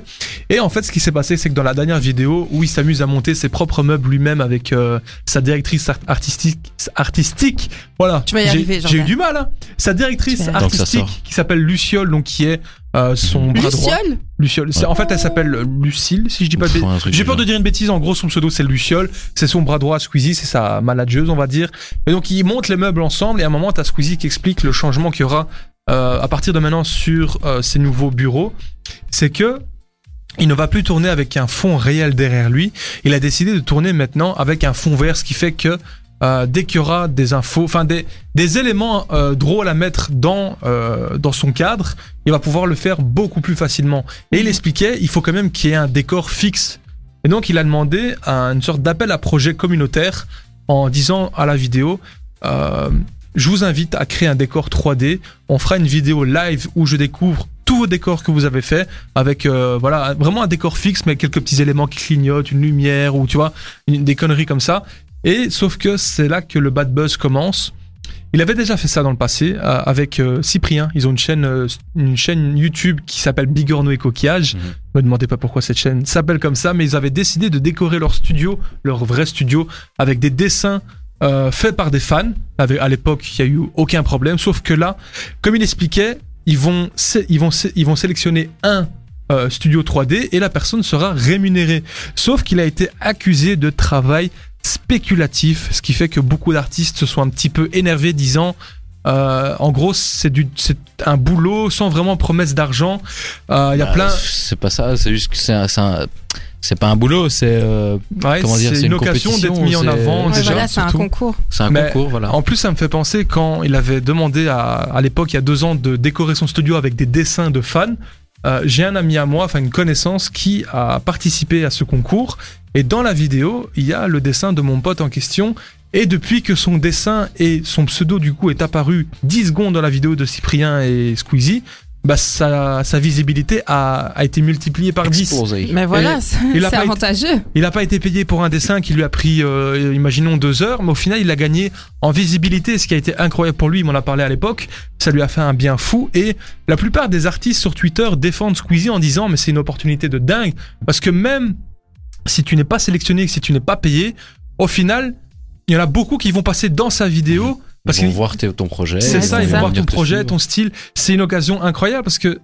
S2: Et en fait, ce qui s'est passé, c'est que dans la dernière vidéo où il s'amuse à monter ses propres meubles lui-même avec euh, sa directrice art- artistique, artistique, voilà.
S4: Tu vas y
S2: J'ai-
S4: arriver,
S2: J'ai eu
S4: Jordan.
S2: du mal. hein. Sa
S4: Tu
S2: directrice
S4: vas y
S3: arriver. Donc ça
S2: artistique
S3: sort.
S2: qui s'appelle Luciole, donc qui est euh, son bras droit.
S4: Luciole
S2: Luciole. C'est- En fait, elle s'appelle euh, Lucille, si je dis pas de
S3: Enfin, un truc
S2: j'ai
S3: du
S2: peur de
S3: genre.
S2: dire une bêtise. En gros, son pseudo, c'est Luciole. C'est son bras droit à Squeezie. C'est sa manageuse, on va dire. Et donc, ils montent les meubles ensemble. Et à un moment, t'as Squeezie qui explique le changement qu'il y aura euh, à partir de maintenant sur euh, ses nouveaux bureaux. C'est que il ne va plus tourner avec un fond réel derrière lui. Il a décidé de tourner maintenant avec un fond vert, ce qui fait que euh, dès qu'il y aura des infos, enfin des, des éléments euh, drôles à mettre dans, euh, dans son cadre, il va pouvoir le faire beaucoup plus facilement. Et il expliquait, il faut quand même qu'il y ait un décor fixe. Et donc il a demandé un- une sorte d'appel à projet communautaire en disant à la vidéo, euh, je vous invite à créer un décor 3D. On fera une vidéo live où je découvre tous vos décors que vous avez fait avec euh, voilà vraiment un décor fixe mais quelques petits éléments qui clignotent, une lumière ou tu vois une- des conneries comme ça. Et sauf que c'est là que le bad buzz commence. Il avait déjà fait ça dans le passé euh, avec euh, Cyprien. Ils ont une chaîne, euh, une chaîne YouTube qui s'appelle Bigorneau et Coquillage.
S3: Mhm.
S2: Ne me demandez pas pourquoi cette chaîne s'appelle comme ça, mais ils avaient décidé de décorer leur studio, leur vrai studio, avec des dessins euh, faits par des fans. Avec- à l'époque, il n'y a eu aucun problème. Sauf que là, comme il expliquait, ils vont, sé- ils vont, sé- ils vont sélectionner un euh, studio 3D et la personne sera rémunérée. Sauf qu'il a été accusé de travail spéculatif, ce qui fait que beaucoup d'artistes se sont un petit peu énervés disant euh, en gros c'est du c'est un boulot sans vraiment promesse d'argent. Euh, Il y a
S3: Bah,
S2: plein
S3: C'est pas ça, c'est juste que c'est un. c'est un- C'est pas un boulot, c'est euh,
S2: ouais,
S3: comment dire,
S2: c'est
S3: c'est
S2: une
S3: une
S2: occasion
S3: compétition,
S2: d'être mis en
S3: c'est-
S2: avant
S3: Ouais,
S2: déjà.
S4: voilà, c'est un
S2: surtout.
S4: concours.
S3: c'est un
S2: Mais-
S3: concours, voilà.
S2: En plus, ça me fait penser quand il avait demandé à, à l'époque, il y a deux ans, de décorer son studio avec des dessins de fans. euh, J'ai un ami à moi, enfin une connaissance, qui a participé à ce concours. Et dans la vidéo, il y a le dessin de mon pote en question. Et depuis que son dessin et son pseudo, du coup, est apparu 10 secondes dans la vidéo de Cyprien et Squeezie, bah, sa, sa visibilité a, a été multipliée par 10.
S3: Explosé.
S4: Mais voilà, c'est
S2: il a
S4: c'est
S2: pas été-
S4: avantageux.
S2: Il n'a pas été payé pour un dessin qui lui a pris, euh, imaginons, deux heures, mais au final, il a gagné en visibilité, ce qui a été incroyable pour lui, il m'en a parlé à l'époque. Ça lui a fait un bien fou. Et la plupart des artistes sur Twitter défendent Squeezie en disant, mais c'est une opportunité de dingue, parce que même si tu n'es pas sélectionné, si tu n'es pas payé, au final, il y en a beaucoup qui vont passer dans sa vidéo. Parce
S3: ils vont
S2: qu'il-
S3: voir tes- ton projet.
S2: c'est
S4: Ouais,
S2: ça,
S4: c'est
S2: il faut
S4: ça.
S2: voir
S3: venir
S2: ton
S3: te
S2: projet,
S3: suivre.
S2: ton style. C'est une occasion incroyable parce que,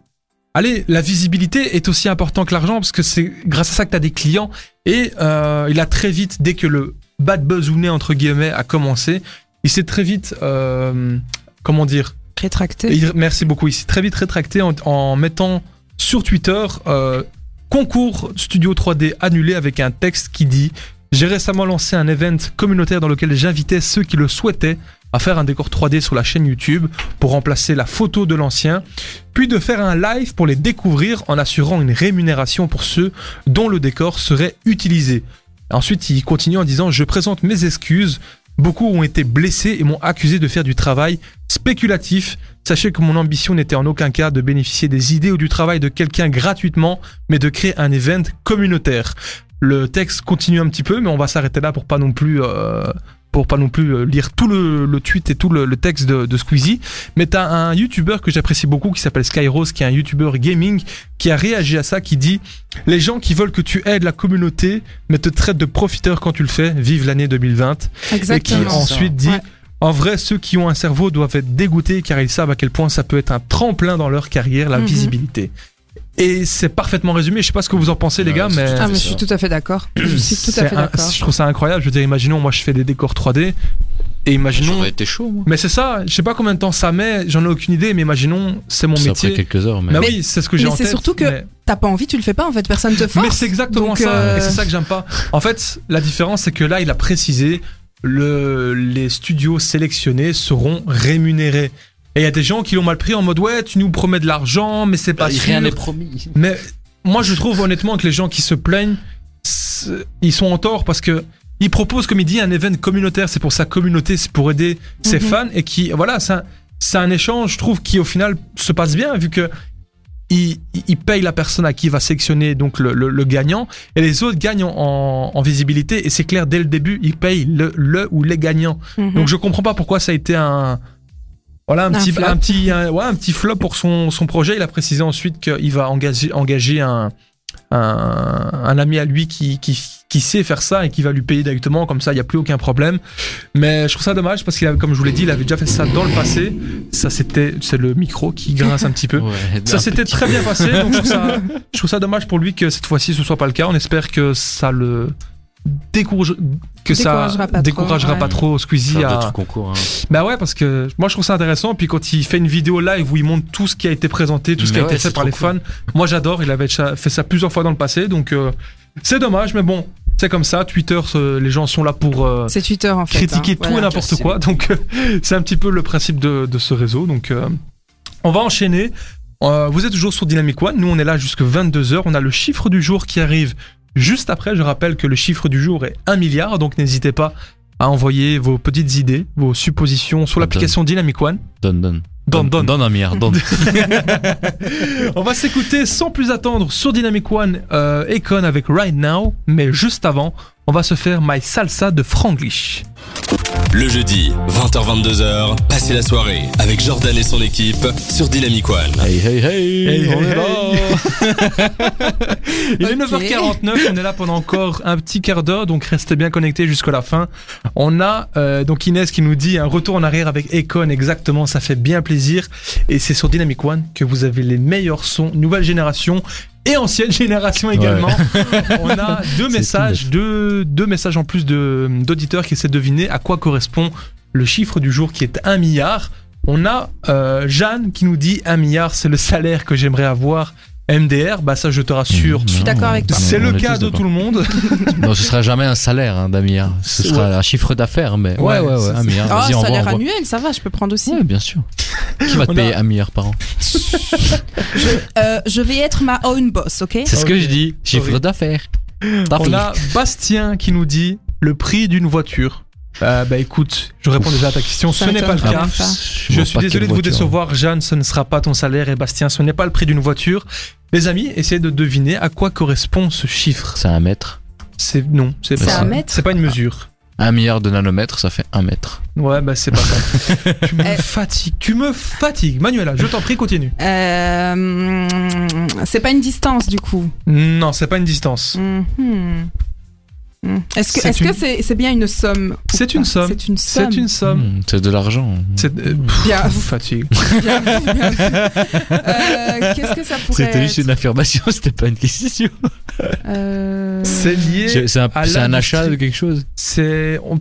S2: allez, la visibilité est aussi importante que l'argent parce que c'est grâce à ça que tu as des clients. Et euh, il a très vite, dès que le bad buzz ou nez, entre guillemets, a commencé, il s'est très vite, euh, comment dire,
S4: Rétracté.
S2: il- merci beaucoup, il s'est très vite rétracté en, en mettant sur Twitter euh, concours studio 3D annulé avec un texte qui dit j'ai récemment lancé un event communautaire dans lequel j'invitais ceux qui le souhaitaient à faire un décor 3D sur la chaîne YouTube pour remplacer la photo de l'ancien, puis de faire un live pour les découvrir en assurant une rémunération pour ceux dont le décor serait utilisé. Ensuite, il continue en disant Je présente mes excuses. Beaucoup ont été blessés et m'ont accusé de faire du travail spéculatif. Sachez que mon ambition n'était en aucun cas de bénéficier des idées ou du travail de quelqu'un gratuitement, mais de créer un event communautaire. Le texte continue un petit peu, mais on va s'arrêter là pour pas non plus euh, pour pas non plus euh, lire tout le, le tweet et tout le, le texte de, de Squeezie. Mais t'as un youtubeur que j'apprécie beaucoup qui s'appelle Skyrose, qui est un youtubeur gaming, qui a réagi à ça, qui dit Les gens qui veulent que tu aides la communauté, mais te traitent de profiteur quand tu le fais, vive l'année 2020. Et qui
S4: Exactement.
S2: ensuite dit
S4: Ouais.
S2: En vrai, ceux qui ont un cerveau doivent être dégoûtés car ils savent à quel point ça peut être un tremplin dans leur carrière, la
S4: Mhm.
S2: visibilité. Et c'est parfaitement résumé. Je sais pas ce que vous en pensez, les
S3: Ouais,
S2: gars,
S3: c'est
S2: mais.
S3: tout à
S4: Ah, mais je
S3: C'est
S4: suis
S3: ça.
S4: tout à fait d'accord. Je suis tout à
S2: c'est
S4: fait
S2: un-
S4: d'accord.
S2: je trouve ça incroyable. Je veux dire, imaginons, moi, je fais des décors 3D. Et imaginons.
S3: J'aurais été chaud, moi.
S2: Mais c'est ça, je sais pas combien de temps ça met, j'en ai aucune idée, mais imaginons, c'est mon
S3: ça a pris
S2: métier.
S3: quelques heures, mais.
S2: Bah oui, c'est ce que j'ai
S4: mais
S2: en
S4: c'est
S2: tête.
S4: surtout que-
S2: mais-
S4: T'as pas envie, tu le fais pas en fait, personne te force.
S2: Mais c'est exactement
S4: Donc,
S2: ça,
S4: euh,
S2: et c'est ça que j'aime pas. En fait, la différence, c'est que là, il a précisé le, les studios sélectionnés seront rémunérés. Et il y a des gens qui l'ont mal pris en mode ouais, tu nous promets de l'argent, mais c'est pas sûr.
S3: Bah, Rien n'est promis.
S2: Mais moi, je trouve honnêtement que les gens qui se plaignent, c'est- ils sont en tort parce que ils proposent, comme il dit, un événement communautaire. C'est pour sa communauté, c'est pour aider ses
S4: Mhm.
S2: fans et qui, voilà, c'est un, c'est un échange, je trouve, qui au final se passe bien vu que il, il paye la personne à qui il va sélectionner donc le, le- le gagnant et les autres gagnent en, en visibilité et c'est clair dès le début ils payent le, le ou les gagnants
S4: Mhm.
S2: donc je comprends pas pourquoi ça a été un voilà un,
S4: Un
S2: petit
S4: flop.
S2: un petit un- ouais un petit flop pour son son projet. Il a précisé ensuite qu'il va engager engager un un, un ami à lui qui, qui qui sait faire ça et qui va lui payer directement. Comme ça, il y a plus aucun problème. Mais je trouve ça dommage parce qu'il a comme je vous l'ai dit, il avait déjà fait ça dans le passé. Ça c'était c'est le micro qui grince un petit peu. Ça s'était très bien passé, donc je trouve, ça, je trouve ça dommage pour lui que cette fois-ci ce soit pas le cas. On espère que ça le décourage, que ça
S4: Découragera pas trop,
S2: découragera
S4: ouais.
S2: pas trop Squeezie
S3: Faire
S2: à,
S3: d'autres concours. hein.
S2: bah ouais, parce que moi je trouve ça intéressant. Puis quand il fait une vidéo live où il montre tout ce qui a été présenté, tout ce qui
S3: Mais
S2: a été
S3: ouais,
S2: fait
S3: c'est
S2: par
S3: trop
S2: les fans, moi j'adore. Il avait cha- fait ça plusieurs fois dans le passé, donc euh, c'est dommage, mais bon, c'est comme ça. Twitter, euh, les gens sont là pour euh,
S4: C'est Twitter en fait.
S2: critiquer
S4: hein,
S2: tout
S4: voilà.
S2: et n'importe quoi. Donc euh, c'est un petit peu le principe de, de ce réseau. Donc euh, on va enchaîner. Euh, vous êtes toujours sur Dynamic One. Nous on est là jusque 22h. On a le chiffre du jour qui arrive juste après. Je rappelle que le chiffre du jour est 1 milliard. Donc n'hésitez pas à envoyer vos petites idées, vos suppositions sur
S3: Donne.
S2: l'application Dynamic One.
S3: Donne, donne.
S2: Donne, donne.
S3: Donne un milliard, donne.
S2: On va s'écouter sans plus attendre sur Dynamic One euh, Econ avec Right Now. Mais juste avant, on va se faire My Salsa de Franglish.
S1: Le jeudi, 20h-22h, passez la soirée avec Jordan et son équipe sur Dynamic One.
S3: hey, hey, hey,
S2: Hey,
S3: on
S2: hey,
S3: est
S2: hey.
S3: là.
S2: Il est
S4: Ok.
S2: 9h49, on est là pendant encore un petit quart d'heure, donc restez bien connectés jusqu'à la fin. On a euh, donc Inès qui nous dit un retour en arrière avec Econ, exactement, ça fait bien plaisir. Et c'est sur Dynamic One que vous avez les meilleurs sons, nouvelle génération et ancienne génération également. on a deux
S3: C'est
S2: messages, deux, deux messages en plus de- d'auditeurs qui essaient de deviner à quoi correspond le chiffre du jour qui est 1 milliard. On a euh, Jeanne qui nous dit 1 milliard, c'est le salaire que j'aimerais avoir. MDR, bah ça je te rassure,
S3: Mmh,
S4: Je suis
S3: non,
S4: d'accord avec toi.
S2: c'est
S3: on
S2: le
S3: est
S2: cas
S3: tous
S2: de
S3: d'accord.
S2: tout le monde.
S3: Non, ce sera jamais un salaire, hein, d'un milliard. Ce sera un chiffre d'affaires, mais.
S2: Ouais,
S3: Ouais, ouais, ouais,
S2: c'est- Oh,
S3: un milliard.
S4: Ah,
S3: Vas-y, envoie,
S4: salaire
S3: envoie.
S4: annuel, ça va, je peux prendre aussi.
S2: Hmm.
S3: Ouais, bien sûr. Qui va te
S2: On a-
S3: payer un milliard par an
S4: Euh, je vais être ma own boss, ok
S3: C'est ce que
S2: Ok.
S3: je dis. Chiffre
S2: Sorry.
S3: d'affaires.
S2: On
S3: D'affaires.
S2: a Bastien qui nous dit le prix d'une voiture. Euh, bah écoute, je réponds déjà à ta question, ce
S4: Ça
S2: n'est pas le
S4: m'étonne
S3: Ah,
S2: cas.
S4: pas.
S2: Je suis désolé de vous décevoir, Jeanne, ce ne sera pas ton salaire et Bastien, ce n'est pas le prix d'une voiture. Les amis, essayez de deviner à quoi correspond ce chiffre.
S3: C'est un mètre.
S2: C'est non, c'est
S3: C'est
S2: pas
S4: un mètre
S2: C'est pas une mesure.
S3: Un milliard de nanomètres, ça fait un mètre.
S2: Ouais, bah c'est pas ça. tu me
S4: Eh.
S2: fatigues, tu me fatigues. Manuela, je t'en prie, continue.
S4: Euh, mm, c'est pas une distance du coup.
S2: Non, c'est pas une distance.
S4: Mhm. Mm. Est-ce que
S2: C'est
S4: est-ce que
S2: une-
S4: c'est c'est bien une somme ou
S2: C'est
S4: pas
S2: une somme.
S4: C'est une somme.
S2: C'est une somme.
S3: Hmm, C'est de l'argent.
S2: C'est euh, pff,
S4: Bien.
S2: vous fatigue.
S4: Bien vu, bien vu. Euh, Qu'est-ce que ça pourrait
S3: C'était
S4: être
S3: juste une affirmation, c'était pas une question.
S4: Euh,
S2: C'est lié.
S3: C'est c'est un,
S2: à
S3: c'est un
S2: l'industrie.
S3: achat de quelque chose
S2: C'est on,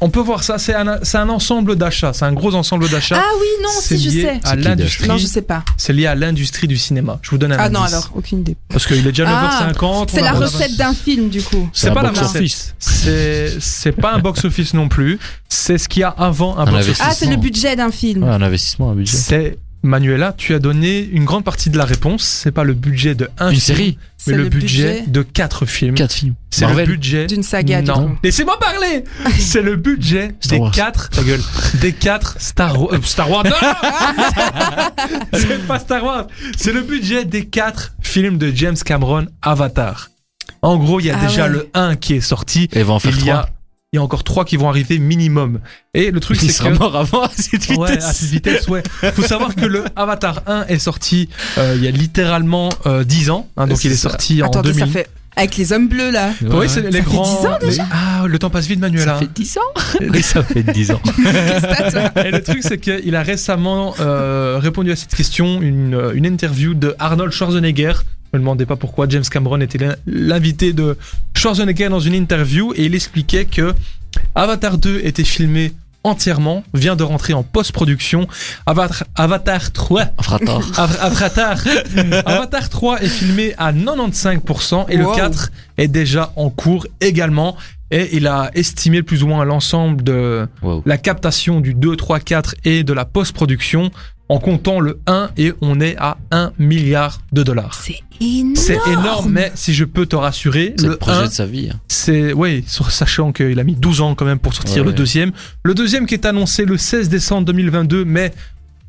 S2: on peut voir ça. C'est un c'est un ensemble d'achats. C'est un gros ensemble d'achats.
S4: Ah oui, non,
S2: c'est
S4: si je
S2: lié
S4: sais.
S2: à
S3: C'est qui
S2: l'industrie.
S4: Non, je sais pas.
S2: C'est lié à l'industrie du cinéma. Je vous donne un
S4: Ah non,
S2: indice.
S4: alors, aucune idée.
S2: Parce qu'il est déjà
S4: Ah,
S2: 9h50.
S4: C'est
S2: on
S4: la
S2: avance.
S4: recette d'un film du coup.
S2: C'est
S3: un
S2: pas la
S3: box
S2: recette.
S3: office.
S2: C'est c'est pas un box office non plus. C'est ce qu'il y a avant un
S3: Un Ah,
S2: box office.
S4: Ah, c'est le budget d'un film.
S3: Ouais,
S2: Ah,
S3: un investissement, un budget.
S2: C'est Manuela, tu as donné une grande partie de la réponse. C'est pas le budget de un
S3: Une
S2: film,
S3: série
S4: C'est
S2: mais le, budget, de quatre films.
S3: Quatre films.
S2: Hmm. C'est le
S3: Marvel.
S2: budget
S4: d'une saga. du
S2: Non,
S4: coup.
S2: laissez-moi parler. C'est le budget
S3: Star
S2: des
S3: Wars.
S2: quatre. Ta gueule. Des quatre Star Wars. Star Wars. non c'est pas Star Wars. C'est le budget des quatre films de James Cameron Avatar. En gros, il y a
S4: Ah
S2: déjà
S4: ouais.
S2: le 1 qui est sorti.
S3: Et va en faire
S2: il y
S3: trois.
S2: a il y a encore trois qui vont arriver minimum. Et le truc,
S3: Il
S2: c'est
S3: sera
S2: que.
S3: mort avant à cette vitesse.
S2: Ouais, à cette vitesse, ouais. Faut savoir que le Avatar 1 est sorti euh, il y a littéralement euh, 10 ans. hein, donc
S3: C'est
S2: il est
S3: ça.
S2: sorti en
S4: Attendez,
S2: 2000.
S4: ça fait avec les hommes bleus là.
S3: Ouais,
S2: Oui,
S3: ouais.
S2: c'est les
S4: fait
S2: grands.
S4: 10 ans déjà
S2: ah, le temps passe vite, Manuela.
S3: Ça fait 10 ans Ça fait 10 ans.
S4: Qu'est-ce que t'as, toi
S2: Et le truc, c'est qu'il a récemment euh, répondu à cette question, une, euh, une interview de Arnold Schwarzenegger. Ne me demandez pas pourquoi James Cameron était l'in- l'invité de Schwarzenegger dans une interview et il expliquait que Avatar 2 était filmé entièrement, vient de rentrer en post-production. Avatar, Avatar 3
S3: Frator.
S2: Av- Avatar. Avatar 3 est filmé à 95% et
S4: Wow.
S2: le 4 est déjà en cours également. Et il a estimé plus ou moins l'ensemble de
S3: Wow.
S2: la captation du 2, 3, 4 et de la post-production en comptant le 1 et on est à 1 milliard de dollars.
S5: C'est énorme.
S2: C'est énorme, mais si je peux te rassurer,
S3: C'est le
S2: le 1,
S3: projet de sa vie. hein.
S2: c'est, oui, sur- sachant qu'il a mis 12 ans quand même pour sortir
S3: Ouais.
S2: le deuxième. Le deuxième qui est annoncé le 16 décembre 2022, mais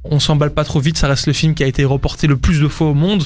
S2: on s'emballe pas trop vite, ça reste le film qui a été reporté le plus de fois au monde.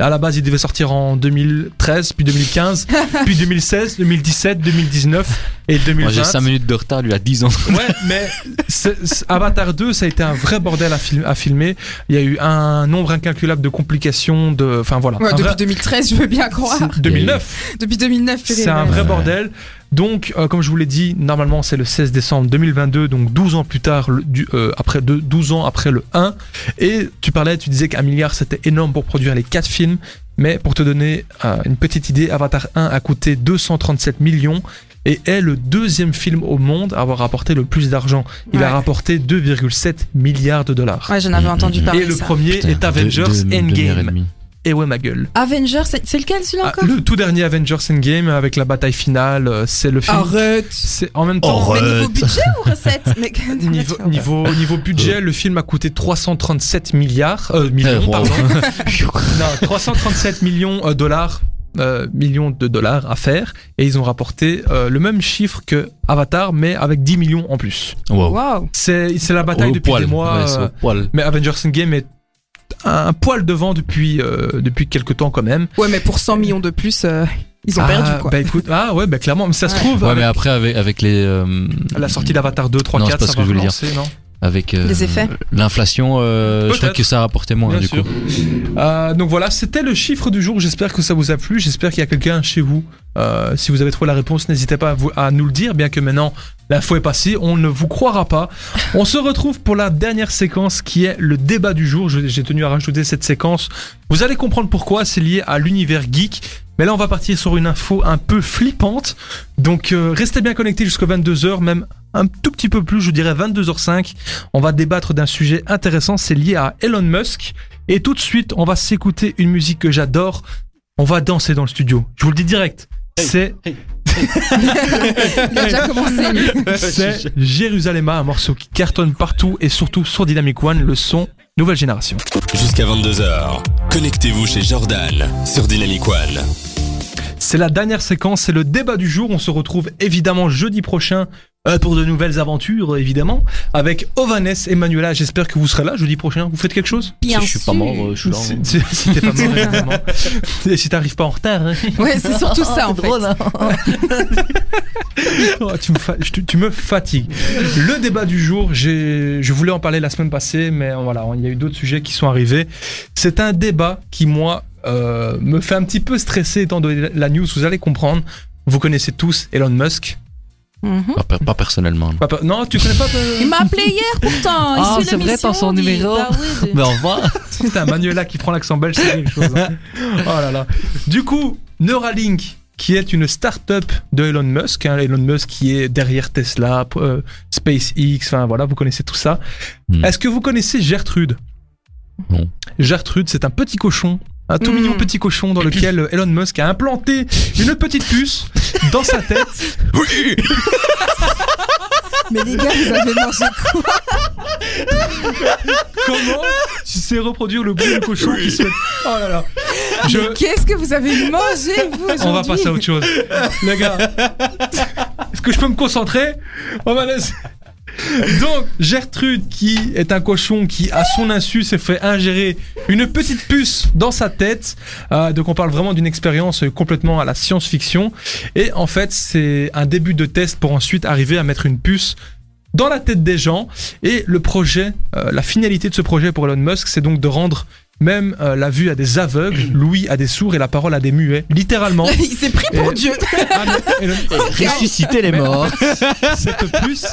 S2: À la base, il devait sortir en 2013, puis 2015, puis 2016, 2017, 2019 et 2020.
S3: Moi j'ai 5 minutes de retard, lui a 10 ans.
S2: Ouais, mais c'est- c'est- Avatar 2, ça a été un vrai bordel à, fil- à filmer. Il y a eu un nombre incalculable de complications, de, enfin voilà.
S4: Ouais,
S2: Un vrai-
S4: depuis 2013, je veux bien croire.
S2: c'est 2009.
S4: Depuis 2009, purée,
S2: C'est un
S4: ouais.
S2: vrai
S3: Ouais.
S2: bordel. Donc, euh, comme je vous l'ai dit, normalement c'est le 16 décembre 2022, donc 12 ans plus tard, le- du- euh, après deux- 12 ans après le 1. Et tu parlais, tu disais qu'un milliard c'était énorme pour produire les 4 films. Mais pour te donner euh, une petite idée, Avatar 1 a coûté 237 millions et est le deuxième film au monde à avoir rapporté le plus d'argent. Il
S4: Ouais.
S2: a rapporté 2,7 milliards de dollars.
S4: Ouais, j'en avais entendu parler.
S2: et le
S4: ça.
S2: premier
S3: Putain,
S2: est Avengers
S3: deux- deux- deux milliards et
S2: Endgame.
S3: demi.
S2: et ouais ma gueule.
S4: Avengers, c'est c'est lequel celui-là
S2: Ah,
S4: encore
S2: le tout dernier Avengers Endgame avec la bataille finale, euh, c'est le
S4: Ah,
S2: film.
S4: Arrête
S2: C'est en même temps.
S3: Oh,
S4: Mais niveau
S3: Arrête.
S4: budget ou recette Mais-
S2: Niveau, niveau, niveau budget, le film a coûté 337 milliards, euh,
S3: Euh,
S2: millions,
S3: wow.
S2: pardon. Non, 337 millions euh, dollars, euh, millions de dollars à faire, et ils ont rapporté euh, le même chiffre que Avatar, mais avec 10 millions en plus.
S3: Wow.
S4: Waouh
S2: C'est, c'est la bataille
S3: Au
S2: depuis
S3: Oh, poil.
S2: des mois.
S3: Ouais, c'est au
S2: euh,
S3: poil.
S2: mais Avengers Endgame est un poil devant depuis euh, depuis quelque temps quand même.
S4: Ouais, mais pour 100 millions de plus, euh, ils ont
S2: Ah,
S4: perdu quoi.
S2: Bah écoute, ah ouais, bah clairement, mais ça se
S4: Ouais.
S2: trouve
S3: Ouais,
S2: avec
S3: mais après, avec, avec les. euh,
S2: la sortie d'Avatar 2, 3,
S3: Non, c'est
S2: 4,
S3: pas
S2: ça
S3: ce que
S2: va
S3: je voulais dire.
S2: relancer, non
S3: Avec euh,
S4: Les effets.
S3: L'inflation, euh, je crois
S2: Peut-être.
S3: que ça a rapporté moins,
S2: Bien
S3: du
S2: sûr.
S3: coup.
S2: Euh, donc voilà, c'était le chiffre du jour. J'espère que ça vous a plu. J'espère qu'il y a quelqu'un chez vous. Euh, si vous avez trouvé la réponse, n'hésitez pas à, vous- à nous le dire. Bien que maintenant l'info est passée, on ne vous croira pas. On se retrouve pour la dernière séquence qui est le débat du jour. Je- J'ai tenu à rajouter cette séquence. Vous allez comprendre pourquoi. C'est lié à l'univers geek. Mais là, on va partir sur une info un peu flippante. Donc, euh, restez bien connectés jusqu'à 22h, même un tout petit peu plus, je dirais 22h05. On va débattre d'un sujet intéressant. C'est lié à Elon Musk. Et tout de suite, on va s'écouter une musique que j'adore. On va danser dans le studio. Je vous le dis direct. C'est ben,
S4: Il a déjà commencé. lui.
S2: c'est Jérusalem, un morceau qui cartonne partout et surtout sur Dynamic One, le son nouvelle génération.
S1: Jusqu'à 22h, connectez-vous chez Jordan sur Dynamic One.
S2: C'est la dernière séquence, c'est le débat du jour. On se retrouve évidemment jeudi prochain euh, pour de nouvelles aventures, évidemment, avec Ovanes et Manuela. J'espère que vous serez là jeudi prochain. Vous faites quelque chose
S3: Si
S4: Bien
S3: je suis pas
S4: sûr.
S3: mort, euh, je suis là.
S2: Si- Si si t'es pas mort, évidemment. Et si t'arrives pas en retard. hein.
S4: Ouais, c'est surtout ça en fait.
S3: hein.
S2: Oh, tu, me fa- je te- tu me fatigues. Le débat du jour, j'ai- je voulais en parler la semaine passée, mais voilà, il y a eu d'autres sujets qui sont arrivés. C'est un débat qui, moi, euh, me fait un petit peu stresser étant donné la news. Vous allez comprendre. Vous connaissez tous Elon Musk.
S4: Mhm.
S3: Pas, per- pas personnellement.
S2: Pas pe- Non, tu connais pas. euh,
S4: Il m'a appelé hier pourtant. il
S3: Ah,
S4: suit
S3: c'est vrai,
S4: l'émission,
S3: t'as son
S4: lui.
S3: numéro.
S4: Bah ouais, de-
S3: Mais au revoir.
S2: Putain, Manuela qui prend l'accent belge, c'est quelque chose. hein. Oh là là. Du coup, Neuralink, qui est une start-up de Elon Musk, hein, Elon Musk qui est derrière Tesla, euh, SpaceX, enfin voilà, vous connaissez tout ça.
S3: Hmm.
S2: Est-ce que vous connaissez Gertrude
S3: Non.
S2: Gertrude, c'est un petit cochon. Un tout
S4: Hmm.
S2: mignon petit cochon dans lequel Elon Musk a implanté une petite puce dans sa tête.
S4: Mais les gars, vous avez mangé
S2: Comment tu sais reproduire le bruit du cochon qui se fait. Oh là là. Je,
S4: Qu'est-ce que vous avez mangé, vous aujourd'hui
S2: On va passer à autre chose. Les gars, est-ce que je peux me concentrer On va laisser. Donc, Gertrude, qui est un cochon qui, à son insu, s'est fait ingérer une petite puce dans sa tête. Euh, donc, on parle vraiment d'une expérience euh, complètement à la science-fiction. Et en fait, c'est un début de test pour ensuite arriver à mettre une puce dans la tête des gens. Et le projet, euh, la finalité de ce projet pour Elon Musk, c'est donc de rendre même euh, la vue à des aveugles, l'ouïe à des sourds et la parole à des muets. Littéralement.
S4: Il s'est pris pour
S2: Et-
S4: Dieu.
S2: Ah, mais Elon-
S3: Ressusciter les
S2: Mais en
S3: morts.
S2: cette puce,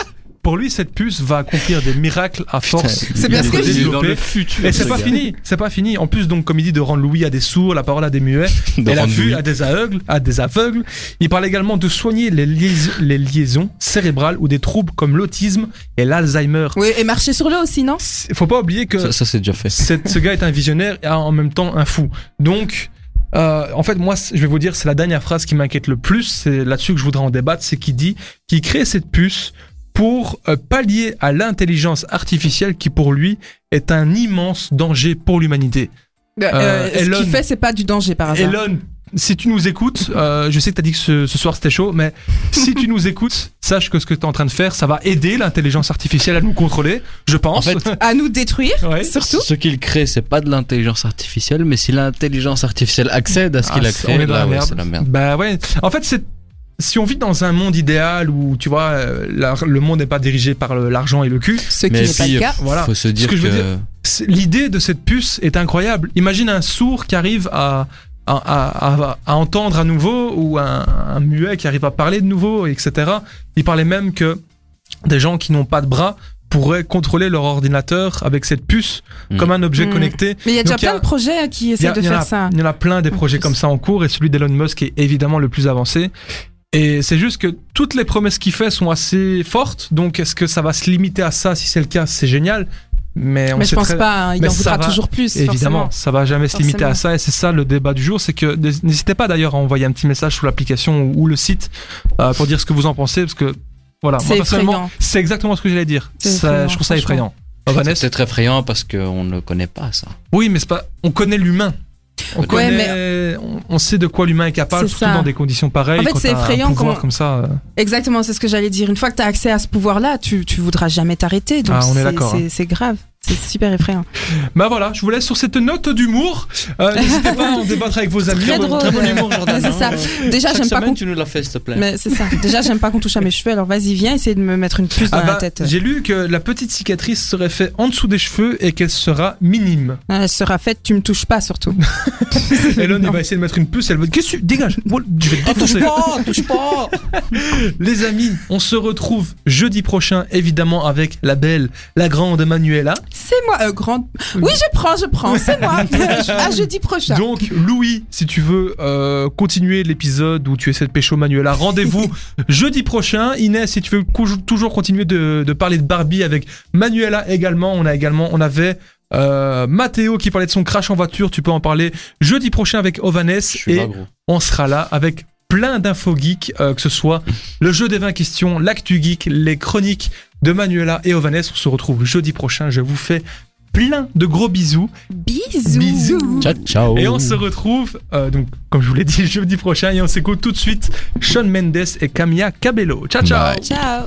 S2: pour lui, cette puce va accomplir des miracles à force.
S4: C'est parce que
S2: j'ai-
S3: j'ai dans le
S2: développé.
S3: futur.
S2: Et c'est
S3: ce
S2: pas
S3: gars.
S2: fini, c'est pas fini. En plus, donc, comme il dit, de rendre l'ouïe à des sourds, la parole à des muets,
S3: De
S2: et la
S3: rendre
S2: vue
S3: Louis.
S2: à des aveugles, à des aveugles. Il parle également de soigner les, liais- les liaisons cérébrales ou des troubles comme l'autisme et l'Alzheimer.
S4: Oui, et marcher sur l'eau aussi, non
S2: C'est- Faut pas oublier que
S3: Ça, ça, c'est déjà fait.
S2: cette- ce gars est un visionnaire et en même temps un fou. Donc, euh, en fait, moi, c- je vais vous dire, c'est la dernière phrase qui m'inquiète le plus. C'est là-dessus que je voudrais en débattre. C'est qu'il dit qu'il crée cette puce pour euh, pallier à l'intelligence artificielle qui, pour lui, est un immense danger pour l'humanité.
S4: Euh, Ce
S2: Elon.
S4: qu'il fait, c'est pas du danger par
S3: Ah,
S4: hasard.
S2: Elon, si tu nous écoutes, euh, je sais que t'as dit que ce, ce soir c'était chaud, mais si tu nous écoutes, sache que ce que t'es en train de faire, ça va aider l'intelligence artificielle à nous contrôler, je pense.
S3: En
S4: À nous détruire,
S2: Ouais.
S4: surtout.
S3: Ce qu'il crée, c'est pas de l'intelligence artificielle, mais si l'intelligence artificielle accède à ce
S2: Ah,
S3: qu'il a
S2: c'est-
S3: créé,
S2: on est dans
S3: là,
S2: la
S3: ouais,
S2: merde.
S3: c'est la merde.
S2: Bah ouais. En fait, c'est si on vit dans un monde idéal où tu vois euh, la- le monde n'est pas dirigé par le- l'argent et le cul,
S4: Ce qui
S3: Mais
S4: n'est pas
S3: puis,
S4: le cas.
S2: voilà.
S3: Faut se dire
S2: que
S3: que,
S2: je veux c'est- l'idée de cette puce est incroyable. Imagine un sourd qui arrive à à, à- à- à entendre à nouveau ou un, un muet qui arrive à parler de nouveau, etc. Il parlait même que des gens qui n'ont pas de bras pourraient contrôler leur ordinateur avec cette puce
S3: Mhm.
S2: comme un objet
S4: Mhm.
S2: connecté.
S4: Mais il y a déjà
S2: Donc, il y a-
S4: plein de projets qui
S2: Il y,
S4: essaient
S2: a-
S4: de
S2: il y en
S4: faire
S2: a-
S4: ça.
S2: il y en a plein des projets comme ça en cours et celui d'Elon Musk est évidemment le plus avancé. Et c'est juste que toutes les promesses qu'il fait sont assez fortes, donc est-ce que ça va se limiter à ça Si c'est le cas, c'est génial. Mais on
S4: Mais je
S2: sait
S4: pense
S2: très-
S4: pas, hein, il
S2: Mais
S4: en
S2: ça
S4: voudra
S2: va,
S4: toujours plus.
S2: Évidemment,
S4: forcément.
S2: ça va jamais se limiter à ça et c'est ça le débat du jour, c'est que n'hésitez pas d'ailleurs à envoyer un petit message sur l'application ou, ou le site euh, pour dire ce que vous en pensez parce que voilà, moi
S4: C'est
S2: personnellement,
S4: effrayant.
S2: c'est exactement ce que j'allais dire.
S4: C'est
S2: Ça-
S4: effrayant,
S2: je trouve ça effrayant. Oh,
S3: C'est
S2: Vanessa
S3: peut-être effrayant parce qu'on ne le connaît pas, ça.
S4: Ah,
S2: Oui, mais c'est pas on connaît l'humain. On,
S3: Ouais,
S2: connaît- on, on sait de quoi l'humain est capable,
S4: C'est
S2: surtout
S4: ça.
S2: dans des conditions pareilles.
S4: En fait,
S2: quand
S4: c'est
S2: t'as un
S4: effrayant
S2: pouvoir
S4: quand-
S2: comme ça. euh,
S4: Exactement, c'est ce que j'allais dire. Une fois que tu as accès à ce pouvoir-là, tu, tu voudras jamais t'arrêter. Donc
S2: Ah, on est
S4: c'est-
S2: d'accord,
S4: c'est- C'est grave. C'est super effrayant.
S2: Bah voilà, je vous laisse sur cette note d'humour. Euh, N'hésitez pas à en débattre avec vos amis.
S4: Très
S2: On-
S4: drôle.
S3: Très bon
S4: Ouais.
S3: humour, Jordan.
S4: Mais c'est
S3: hein.
S4: ça. Déjà,
S3: Chaque
S4: j'aime pas
S3: semaine,
S4: qu'on.
S3: tu nous la fais, s'il te plaît.
S4: Mais c'est ça. Déjà, j'aime pas qu'on touche à mes cheveux. Alors vas-y, viens essayer de me mettre une puce dans
S2: Ah bah,
S4: la tête.
S2: J'ai lu que la petite cicatrice serait faite en dessous des cheveux et qu'elle sera minime.
S4: Elle Euh, sera faite, tu me touches pas surtout.
S2: Elon, il
S4: Non.
S2: va essayer de mettre une puce. Elle veut. Qu'est-ce que tu. Dégage Je vais te défoncer.
S3: pas, Oh, touche pas.
S2: Les amis, on se retrouve jeudi prochain, évidemment, avec la belle, la grande Manuela.
S4: C'est moi, euh, grande. Oui, je prends, je prends. C'est moi. à jeudi prochain.
S2: Donc, Louis, si tu veux euh, continuer l'épisode où tu essaies de pécho Manuela, rendez-vous jeudi prochain. Inès, si tu veux cou- toujours continuer de, de parler de Barbie avec Manuela également. On a également, on avait euh, Mathéo qui parlait de son crash en voiture. Tu peux en parler jeudi prochain avec Ovanes.
S3: Je suis
S2: Et
S3: là, gros.
S2: on sera là avec plein d'infos geeks, euh, que ce soit le jeu des 20 questions, l'actu geek, les chroniques de Manuela et Ovanes. On se retrouve jeudi prochain. Je vous fais plein de gros bisous.
S4: Bisous.
S2: Bisous.
S3: Ciao, ciao.
S2: Et on se retrouve, euh, donc, comme je vous l'ai dit, jeudi prochain. Et on s'écoute tout de suite Sean Mendes et Camilla Cabello. Ciao, ciao
S3: Bye.
S4: Ciao.